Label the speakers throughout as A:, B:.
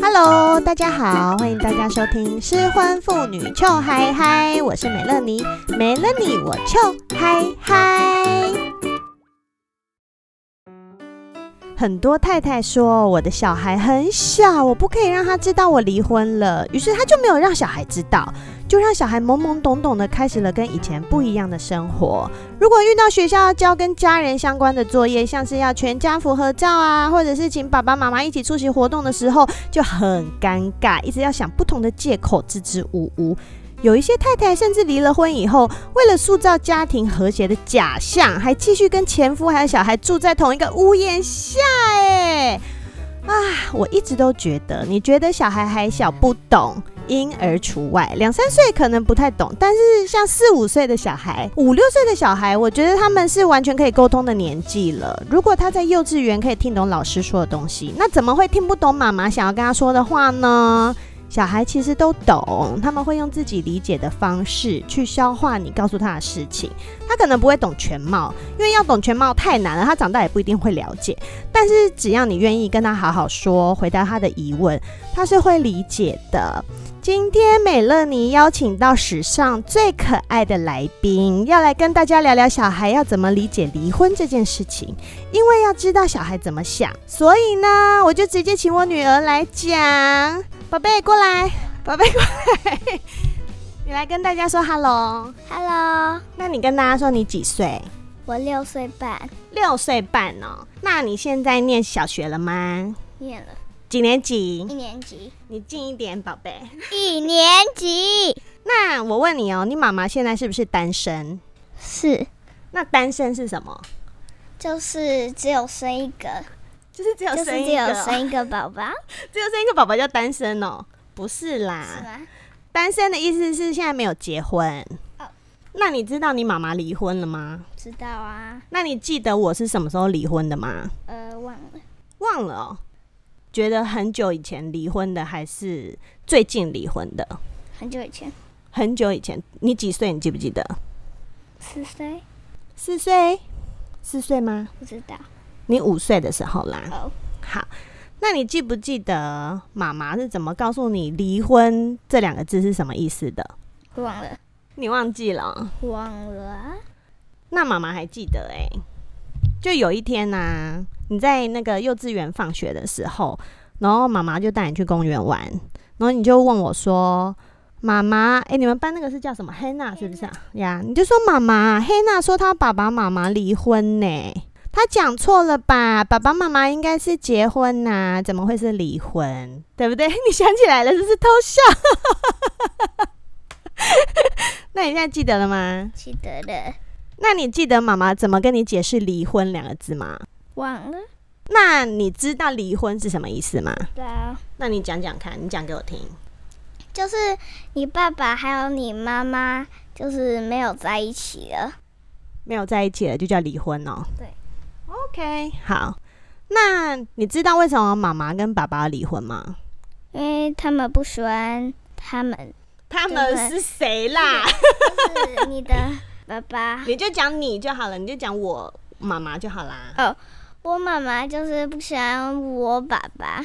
A: Hello，大家好，欢迎大家收听《失婚妇女臭嗨嗨》，我是美乐妮，没了你我臭嗨嗨。很多太太说我的小孩很小，我不可以让他知道我离婚了，于是他就没有让小孩知道，就让小孩懵懵懂懂的开始了跟以前不一样的生活。如果遇到学校要交跟家人相关的作业，像是要全家福合照啊，或者是请爸爸妈妈一起出席活动的时候，就很尴尬，一直要想不同的借口，支支吾吾。有一些太太甚至离了婚以后，为了塑造家庭和谐的假象，还继续跟前夫还有小孩住在同一个屋檐下、哎，啊，我一直都觉得，你觉得小孩还小不懂。婴儿除外，两三岁可能不太懂，但是像四五岁的小孩、五六岁的小孩，我觉得他们是完全可以沟通的年纪了。如果他在幼稚园可以听懂老师说的东西，那怎么会听不懂妈妈想要跟他说的话呢？小孩其实都懂，他们会用自己理解的方式去消化你告诉他的事情。他可能不会懂全貌，因为要懂全貌太难了，他长大也不一定会了解。但是只要你愿意跟他好好说，回答他的疑问，他是会理解的。今天美乐妮邀请到史上最可爱的来宾，要来跟大家聊聊小孩要怎么理解离婚这件事情。因为要知道小孩怎么想，所以呢，我就直接请我女儿来讲。宝贝，过来，宝贝，过来， 你来跟大家说 hello。
B: Hello，
A: 那你跟大家说你几岁？
B: 我六岁半，
A: 六岁半哦。那你现在念小学了吗？
B: 念了
A: 几年级
B: 一？年 级，
A: 你近一点，宝贝。
B: 一年级
A: 那我问你哦，你妈妈现在是不是单身？
B: 是
A: 那单身是什么？
B: 就是只有生一个，
A: 就是只有
B: 就是
A: 生
B: 只
A: 一个
B: 有
A: 哦，
B: 生一个宝宝，
A: 只有生一个宝宝叫单身哦？ 不是啊啦，
B: 是吗？
A: 单身的意思是现在没有结婚。
B: 哦
A: 那你知道你妈妈离婚了吗？
B: 知道啊，
A: 那你记得我是什么时候离婚的吗？
B: 呃，忘了，
A: 忘了、哦，觉得很久以前离婚的，还是最近离婚的？
B: 很久以前，
A: 很久以前，你几岁？你记不记得？
B: 四岁，
A: 四岁，四岁吗？
B: 不知道
A: 你五岁的时候啦。
B: 哦，
A: 好，那你记不记得妈妈是怎么告诉你“离婚”这两个字是什么意思的？
B: 忘了，
A: 你忘记了哦？
B: 忘了啊，
A: 那妈妈还记得哎、就有一天呐、你在那个幼稚园放学的时候，然后妈妈就带你去公园玩，然后你就问我说：“妈妈，哎、你们班那个是叫什么？黑娜是不是啊？呀、你就说妈妈，黑娜说她爸爸妈妈离婚呢、她讲错了吧？爸爸妈妈应该是结婚呐、怎么会是离婚？对不对？ 你想起来了，这是偷笑。 那你现在记得了吗？
B: 记得了，
A: 那你记得妈妈怎么跟你解释“离婚”两个字吗？
B: 忘了，
A: 那你知道离婚是什么意思吗？
B: 对啊，
A: 那你讲讲看，你讲给我听。
B: 就是你爸爸还有你妈妈就是没有在一起了，
A: 没有在一起了就叫离婚哦。
B: 对
A: ，OK，好。那你知道为什么妈妈跟爸爸要离婚吗？
B: 因为他们不喜欢他们
A: 他
B: 们
A: 是谁 啦？。
B: 是你的爸爸
A: 你就讲你就好了，你就讲我妈妈就好啦。
B: 我妈妈就是不喜欢我爸爸，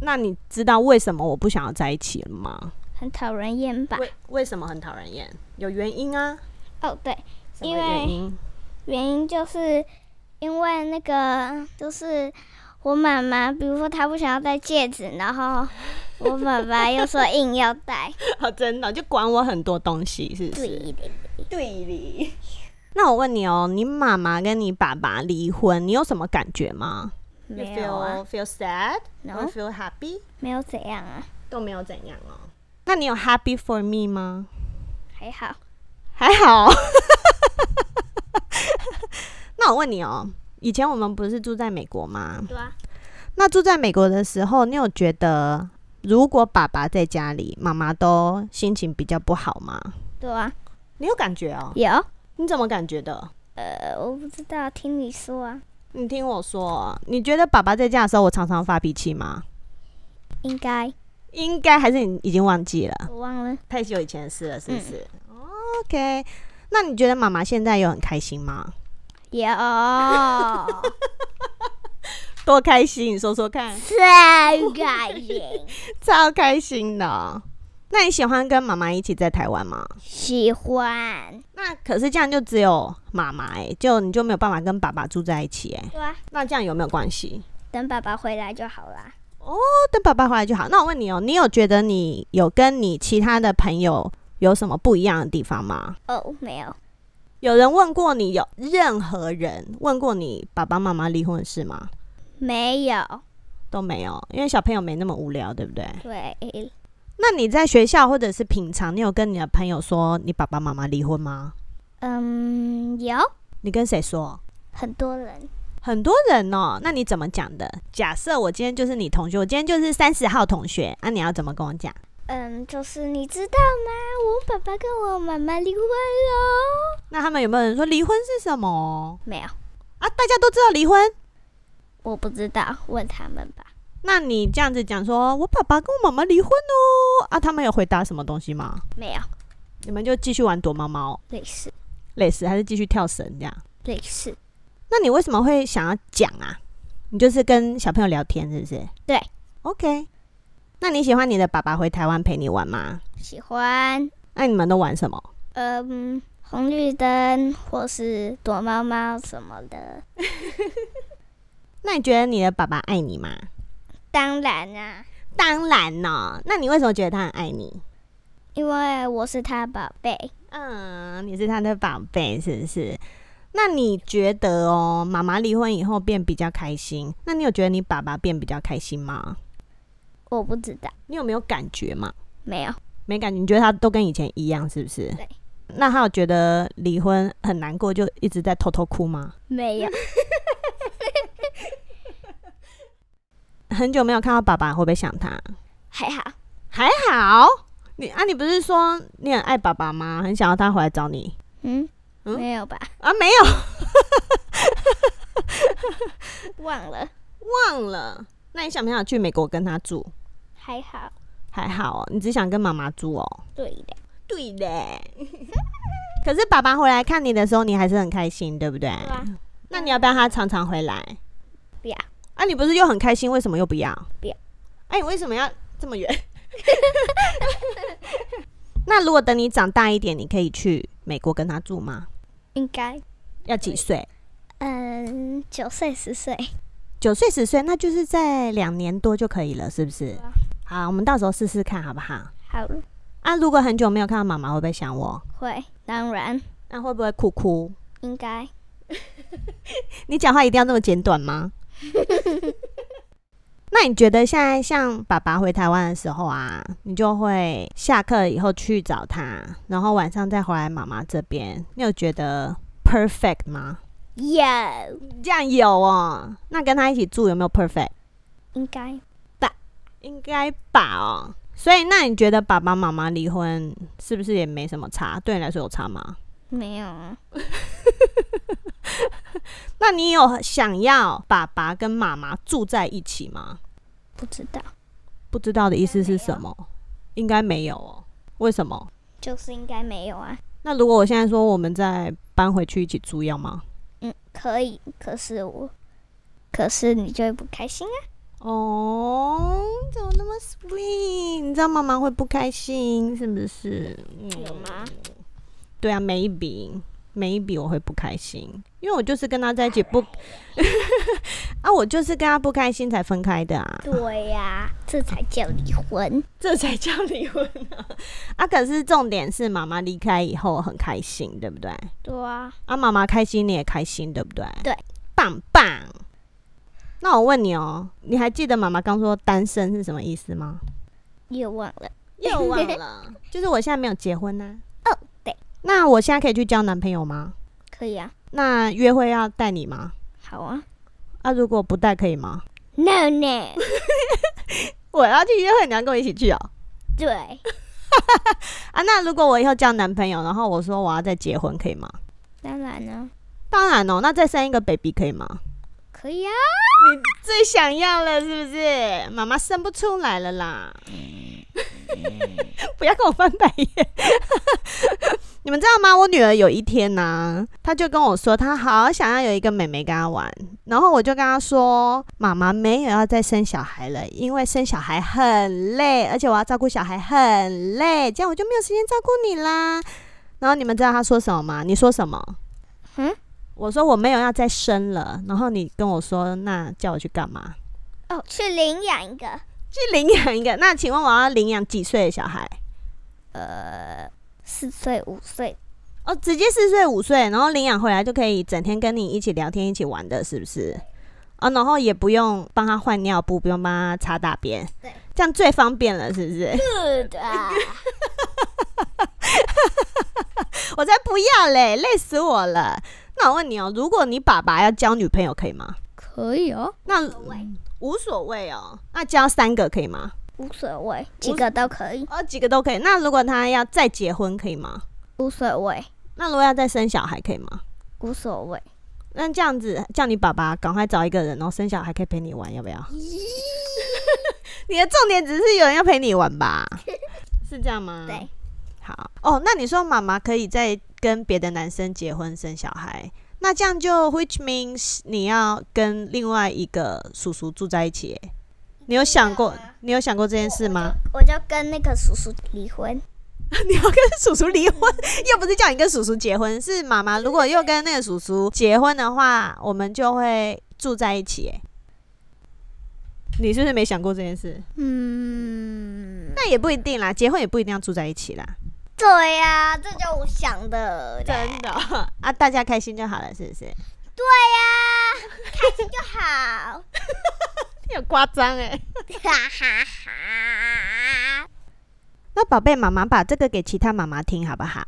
A: 那你知道为什么我不想要在一起了吗？
B: 很讨人厌吧？
A: 为为什么很讨人厌？有原因啊。
B: 哦，对，
A: 什么
B: 因为
A: 原因？
B: 原因就是因为那个就是我妈妈，比如说她不想要戴戒指，然后我爸爸又说硬要戴，
A: 哦，真的就管我很多东西，是不是？
B: 对的。
A: 对哩。那我问你哦，你妈妈跟你爸爸离婚，你有什么感觉吗？
B: 没有啊，
A: feel uh, sad,
B: No
A: feel happy，
B: 没有怎样啊，
A: 都没有怎样哦。那你有 happy for me 吗？
B: 还好。
A: 还好。 那我问你哦，以前我们不是住在美国吗？
B: 对啊，
A: 那住在美国的时候，你有觉得如果爸爸在家里，妈妈都心情比较不好吗？
B: 对啊，
A: 你有感觉哦？
B: 有。
A: 你怎么感觉的？
B: 呃，我不知道，听你说啊，
A: 你听我说，你觉得爸爸在家的时候，我常常发脾气吗？
B: 应该
A: 应该还是你已经忘记了，
B: 我忘了，
A: 太久以前的事了，是不是、o k 那你觉得 妈妈现在有很开心吗？
B: 有。
A: 多开心，你说说看，
B: 三个人
A: 超开心的哦。那你喜欢跟妈妈一起在台湾吗？
B: 喜欢，
A: 那可是这样就只有妈妈哎，就你就没有办法跟爸爸住在一起哎、
B: 对啊，
A: 那这样有没有关系？
B: 等爸爸回来就好啦。
A: 哦等爸爸回来就好。那我问你哦，你有觉得你有跟你其他的朋友有什么不一样的地方吗？
B: 哦，没有，
A: 有人问过你有任何人问过你爸爸妈妈离婚的事吗？
B: 没有，
A: 都没有，因为小朋友没那么无聊，对不对？
B: 对，
A: 那你在学校或者是平常，你有跟你的朋友说你爸爸妈妈离婚吗？
B: 嗯，有
A: 你跟谁说？
B: 很多人，
A: 很多人哦，那你怎么讲的？假设我今天就是你同学，我今天就是三十号同学，啊那、你要怎么跟我讲？
B: 嗯，就是你知道吗？我爸爸跟我妈妈离婚了，
A: 那他们有没有人说离婚是什么
B: 没有，
A: 啊？大家都知道离婚，
B: 我不知道，问他们吧。
A: 那你这样子讲说，我爸爸跟我妈妈离婚哦，啊，他们有回答什么东西吗？
B: 没有，
A: 你们就继续玩躲猫猫，哦
B: 类似，
A: 类似还是继续跳绳这样？
B: 类似，
A: 那你为什么会想要讲啊？你就是跟小朋友聊天，是不是？
B: 对
A: ，OK。那你喜欢你的爸爸回台湾陪你玩吗？
B: 喜欢，
A: 那你们都玩什么？
B: 嗯，红绿灯或是躲猫猫什么的。
A: 那你觉得你的爸爸爱你吗？
B: 当然啊，
A: 当然哦呢、那你为什么觉得他很爱你？
B: 因为我是他宝贝。
A: 嗯，你是他的宝贝，是不是？那你觉得哦，妈妈离婚以后变比较开心，那你有觉得你爸爸变比较开心吗？
B: 我不知道，
A: 你有没有感觉嘛？
B: 没有，
A: 没感觉，你觉得他都跟以前一样，是不是？
B: 对。
A: 那他有觉得离婚很难过，就一直在偷偷哭吗？
B: 没有，
A: 很久没有看到爸爸，会不会想他？
B: 还好，
A: 还好，你啊，你不是说你很爱爸爸吗？很想要他回来找你
B: 嗯，
A: 嗯
B: 没有吧？
A: 啊？没有，
B: 忘了，
A: 忘了。那你想不想去美国跟他住？
B: 还好，
A: 还好哦，你只想跟妈妈住哦。
B: 对的，
A: 对嘞。 可是爸爸回来看你的时候，你还是很开心，对不对？
B: 对啊，
A: 那你要不要他常常回来？
B: 不要，
A: 啊，你不是又很开心，为什么又不要？
B: 不要。
A: 哎、你为什么要这么远？ 那如果等你长大一点，你可以去美国跟他住吗？
B: 应该，
A: 要几岁？
B: 嗯，九岁十岁，
A: 九岁、十岁，那就是在两年多就可以了，是不是
B: 对啊？
A: 好，我们到时候试试看好不好？
B: 好，
A: 啊，如果很久没有看到妈妈，会不会想我？
B: 会，当然，
A: 那会不会哭哭？
B: 应该，
A: 你讲话一定要这么简短 吗？那你觉得现在像爸爸回台湾的时候啊，你就会下课以后去找他，然后晚上再回来妈妈这边，你有觉得 perfect 吗？
B: 有，
A: 这样有哦。那跟他一起住有没有 perfect？
B: 应该
A: 应该吧哦。所以那你觉得爸爸妈妈离婚是不是也没什么差？对你来说有差吗？
B: 没有啊，
A: 那你有想要爸爸跟妈妈住在一起吗？
B: 不知道，
A: 不知道的意思是什么？应该没有哦。为什么？
B: 就是应该没有啊，
A: 那如果我现在说我们再搬回去一起住，要吗？
B: 嗯，可以，可是我，可是你就会不开心啊，
A: 哦，怎么那么 sweet？你知道妈妈会不开心是不是？
B: 有吗？
A: 对啊，每一笔每一笔我会不开心，因为我就是跟他在一起不 啊，我就是跟他不开心才分开的啊，
B: 对呀、这才叫离婚。
A: 这才叫离婚啊！啊，可是重点是妈妈离开以后很开心，对不对？
B: 对啊，
A: 啊，妈妈开心，你也开心，对不对？
B: 对，
A: 棒棒。那我问你哦，你还记得妈妈刚说单身是什么意思吗？
B: 又忘了，
A: 又忘了， 就是我现在没有结婚呢、
B: 哦对。
A: 那我现在可以去交男朋友吗？
B: 可以啊，
A: 那约会要带你吗？
B: 好啊。
A: 啊，如果不带可以吗？
B: No no，
A: 我要去约会，你要跟我一起去哦。
B: 对，
A: 啊，那如果我以后交男朋友，然后我说我要再结婚，可以吗？
B: 当然呢，
A: 当然哦，那再生一个 baby 可以吗？
B: 可以啊。
A: 最想要了是不是？妈妈生不出来了啦。 不要跟我翻白眼。 你们知道吗？我女儿有一天呢、她就跟我说，她好想要有一个妹妹跟她玩。然后我就跟她说，妈妈没有要再生小孩了，因为生小孩很累，而且我要照顾小孩很累，这样我就没有时间照顾你啦。然后你们知道她说什么吗？你说什么？
B: 嗯，
A: 我说我没有要再生了。然后你跟我说，那叫我去干嘛？
B: 哦，去领养一个
A: 去领养一个。那请问我要领养几岁的小孩？
B: 呃四岁五岁，
A: 哦，直接四岁五岁，然后领养回来就可以整天跟你一起聊天、一起玩的，是不是？啊、然后也不用帮他换尿布，不用帮他擦大便，
B: 对，
A: 这样最方便了，是不是？
B: 是的，
A: 我才不要嘞，累死我了。那我问你哦，如果你爸爸要交女朋友，可以吗？
B: 可以哦，
A: 那
B: 无所谓
A: 无所谓哦，那交三个可以吗？
B: 无所谓，几个都可以，
A: 哦，几个都可以。那如果他要再结婚，可以吗？
B: 无所谓，
A: 那如果要再生小孩，可以吗？
B: 无所谓。
A: 那这样子，叫你爸爸赶快找一个人，然后生小孩可以陪你玩，要不要？ 你的重点只是有人要陪你玩 吧？是这样吗？
B: 对。
A: 好哦，那你说妈妈可以再跟别的男生结婚生小孩，那这样就 which means 你要跟另外一个叔叔住在一起耶？你有想过
B: 一定要啊
A: 你有想过这件事吗？
B: 我就跟那个叔叔离婚，
A: 你要跟叔叔离婚， 又不是叫你跟叔叔结婚，是妈妈如果又跟那个叔叔结婚的话，我们就会住在一起耶。你是不是没想过这件事？
B: 嗯，
A: 那也不一定啦，结婚也不一定要住在一起啦。
B: 对呀、这就我想的，对呀、
A: 真的啊，大家开心就好了，是不是？
B: 开心就好，
A: 有夸张哎。
B: 哈哈哈。
A: 那宝贝妈妈把这个给其他妈妈听好不好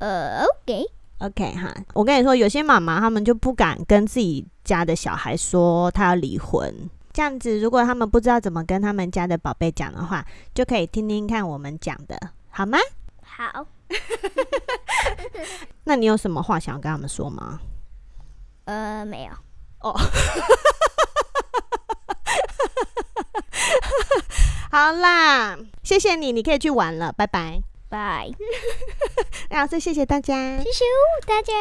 B: 呃，OK，
A: ？OK 哈，我跟你说，有些妈妈她们就不敢跟自己家的小孩说她要离婚。这样子，如果他们不知道怎么跟他们家的宝贝讲的话，就可以听听看我们讲的，好吗？
B: 好，
A: 那你有什么话想要跟他们说吗？
B: 呃，没有，
A: 好啦，谢谢你，你可以去玩了，拜拜。
B: 拜，
A: 然后说谢谢大家。
B: 谢谢大家，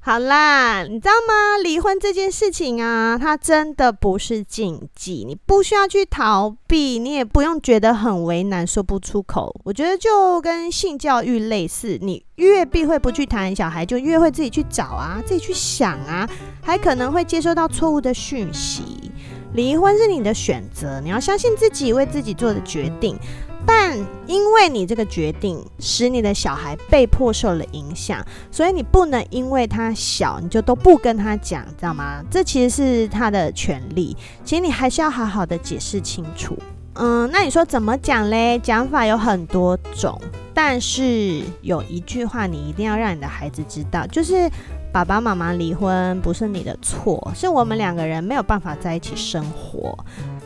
A: 好啦，你知道吗？离婚这件事情啊，它真的不是禁忌，你不需要去逃避，你也不用觉得很为难，说不出口。我觉得就跟性教育类似，你越避讳不去谈小孩，就越会自己去找啊，自己去想啊，还可能会接收到错误的讯息。离婚是你的选择，你要相信自己为自己做的决定。但因为你这个决定，使你的小孩被迫受了影响，所以你不能因为他小，你就都不跟他讲，知道吗？这其实是他的权利，其实你还是要好好的解释清楚。嗯，那你说怎么讲嘞？讲法有很多种，但是有一句话你一定要让你的孩子知道，就是爸爸妈妈离婚不是你的错，是我们两个人没有办法在一起生活。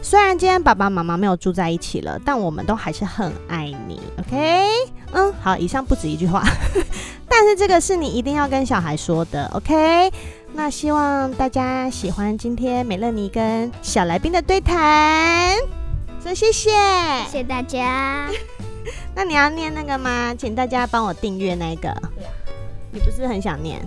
A: 虽然今天爸爸妈妈没有住在一起了，但我们都还是很爱你，OK？嗯，好，以上不止一句话。 但是这个是你一定要跟小孩说的，OK？那希望大家喜欢今天美乐妮跟小来宾的对谈，说谢谢。
B: 谢谢大家，
A: 那你要念那个吗？请大家帮我订阅那个
B: 不要。
A: 你不是很想念，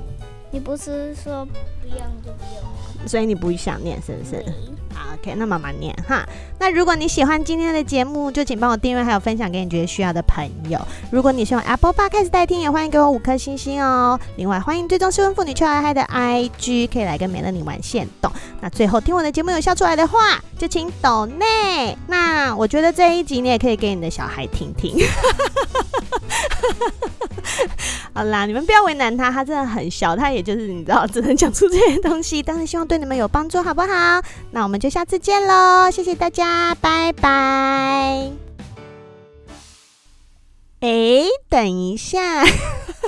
B: 你不是说不用就不用
A: 所以你不想念是不是？
B: 你
A: 好，OK，那妈妈念哈。那如果你喜欢今天的节目，就请帮我订阅，还有分享给你觉得需要的朋友。如果你是用 Apple Podcast 代听，也欢迎给我五颗星星哦。另外，欢迎追踪失婚妇女邱爱嗨的 IG，可以来跟美乐你玩线动。那最后听我的节目有笑出来的话，就请抖内。那我觉得这一集你也可以给你的小孩听听。 好啦，你们不要为难他，他真的很小，他也就是你知道，只能讲出这些东西，但是希望对你们有帮助，好不好？那我们就下次见喽，谢谢大家，拜拜。诶，等一下，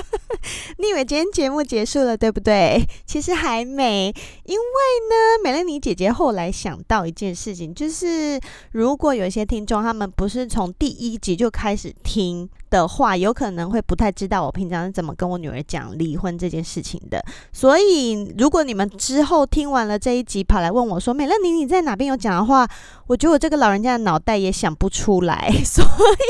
A: 你以为今天节目结束了，对不对？其实还没，因为呢，美乐妮姐姐后来想到一件事情，就是如果有一些听众他们不是从第一集就开始听，的话，有可能会不太知道我平常是怎么跟我女儿讲离婚这件事情的。所以，如果你们之后听完了这一集，跑来问我说：“美乐妮，你在哪边有讲的话？”我觉得我这个老人家的脑袋也想不出来， 所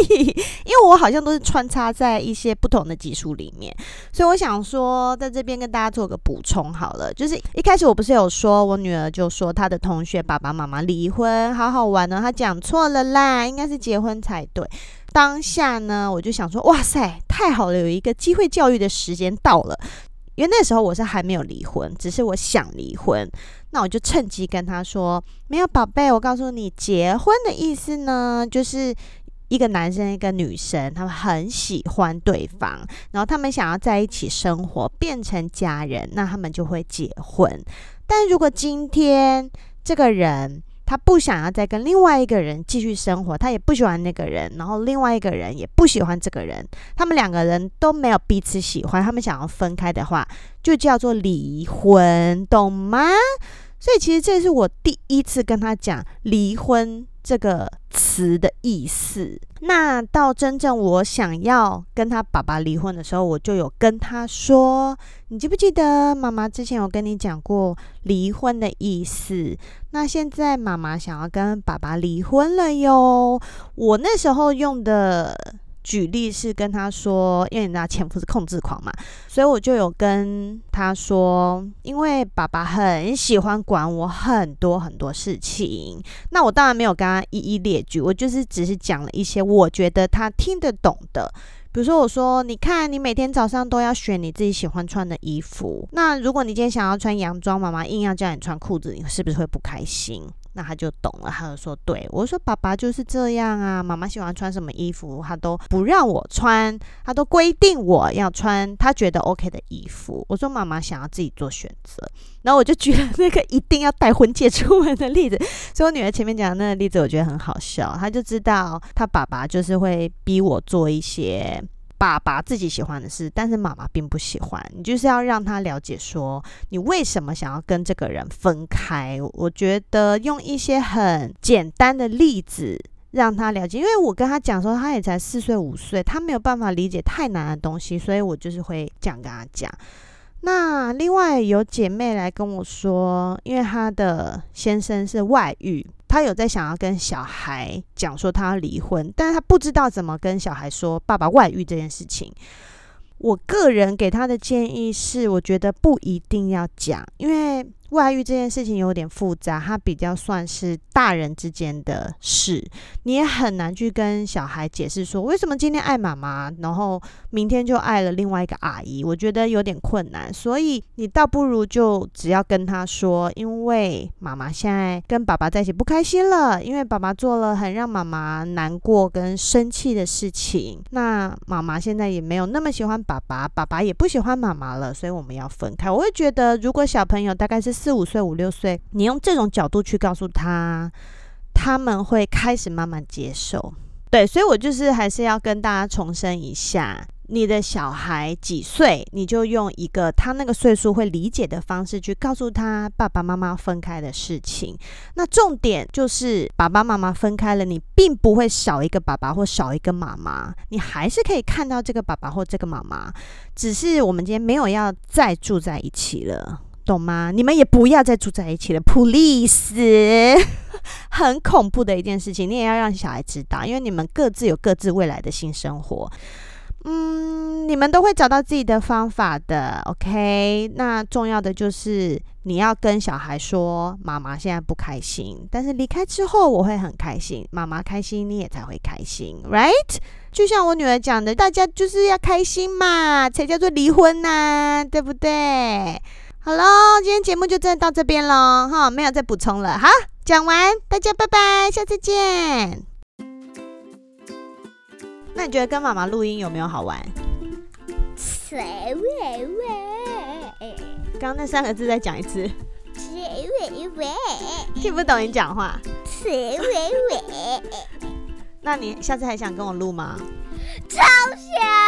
A: 以因为我好像都是穿插在一些不同的集数里面，所以我想说，在这边跟大家做个补充好了。就是一开始我不是有说，我女儿就说她的同学爸爸妈妈离婚，好好玩哦，她讲错了啦，应该是结婚才对。当下呢，我就想说，哇塞，太好了，有一个机会教育的时间到了。因为那时候我是还没有离婚，只是我想离婚，那我就趁机跟他说，没有宝贝，我告诉你，结婚的意思呢，就是一个男生一个女生，他们很喜欢对方，然后他们想要在一起生活，变成家人，那他们就会结婚。但如果今天这个人他不想要再跟另外一个人继续生活，他也不喜欢那个人，然后另外一个人也不喜欢这个人，他们两个人都没有彼此喜欢，他们想要分开的话，就叫做离婚，懂吗？所以其实这是我第一次跟他讲离婚这个词的意思。那到真正我想要跟他爸爸离婚的时候，我就有跟他说：“你记不记得妈妈之前有跟你讲过离婚的意思？那现在妈妈想要跟爸爸离婚了哟。”我那时候用的举例是跟他说，因为你知道前夫是控制狂嘛，所以我就有跟他说，因为爸爸很喜欢管我很多很多事情，那我当然没有跟他一一列举，我就是只是讲了一些我觉得他听得懂的。比如说，我说，你看，你每天早上都要选你自己喜欢穿的衣服。那如果你今天想要穿洋装，妈妈硬要叫你穿裤子，你是不是会不开心？那他就懂了，他就说：“对，我说爸爸就是这样啊，妈妈喜欢穿什么衣服，他都不让我穿，他都规定我要穿他觉得 OK 的衣服。”我说：“妈妈想要自己做选择。”然后我就举了那个一定要戴婚戒出门的例子，所以我女儿前面讲的那个例子，我觉得很好笑，她就知道她爸爸就是会逼我做一些。爸爸自己喜欢的事，但是妈妈并不喜欢。你就是要让他了解说，你为什么想要跟这个人分开。我觉得用一些很简单的例子让他了解，因为我跟他讲说，他也才四岁五岁，他没有办法理解太难的东西，所以我就是会这样跟他讲。那另外有姐妹来跟我说，因为她的先生是外遇，她有在想要跟小孩讲说她要离婚，但是她不知道怎么跟小孩说爸爸外遇这件事情。我个人给她的建议是，我觉得不一定要讲，因为外遇这件事情有点复杂，它比较算是大人之间的事，你也很难去跟小孩解释说为什么今天爱妈妈，然后明天就爱了另外一个阿姨，我觉得有点困难，所以你倒不如就只要跟他说，因为妈妈现在跟爸爸在一起不开心了，因为爸爸做了很让妈妈难过跟生气的事情，那妈妈现在也没有那么喜欢爸爸，爸爸也不喜欢妈妈了，所以我们要分开。我会觉得，如果小朋友大概是四五岁、五六岁，你用这种角度去告诉他，他们会开始慢慢接受。对，所以我就是还是要跟大家重申一下，你的小孩几岁，你就用一个他那个岁数会理解的方式去告诉他爸爸妈妈分开的事情。那重点就是爸爸妈妈分开了，你并不会少一个爸爸或少一个妈妈，你还是可以看到这个爸爸或这个妈妈，只是我们今天没有要再住在一起了。懂吗？你们也不要再住在一起了，please。很恐怖的一件事情，你也要让小孩知道，因为你们各自有各自未来的新生活。嗯，你们都会找到自己的方法的，OK？那重要的就是你要跟小孩说，妈妈现在不开心，但是离开之后我会很开心，妈妈开心你也才会开心，right？就像我女儿讲的，大家就是要开心嘛，才叫做离婚呐、对不对？好喽，今天节目就真的到这边喽，哈，没有再补充了。好，讲完，大家拜拜，下次见。那你觉得跟妈妈录音有没有好玩？
B: 谁喂喂？
A: 刚刚那三个字再讲一次，
B: 谁喂喂？
A: 听不懂你讲话。
B: 谁喂喂？
A: 那你下次还想跟我录吗？
B: 超想。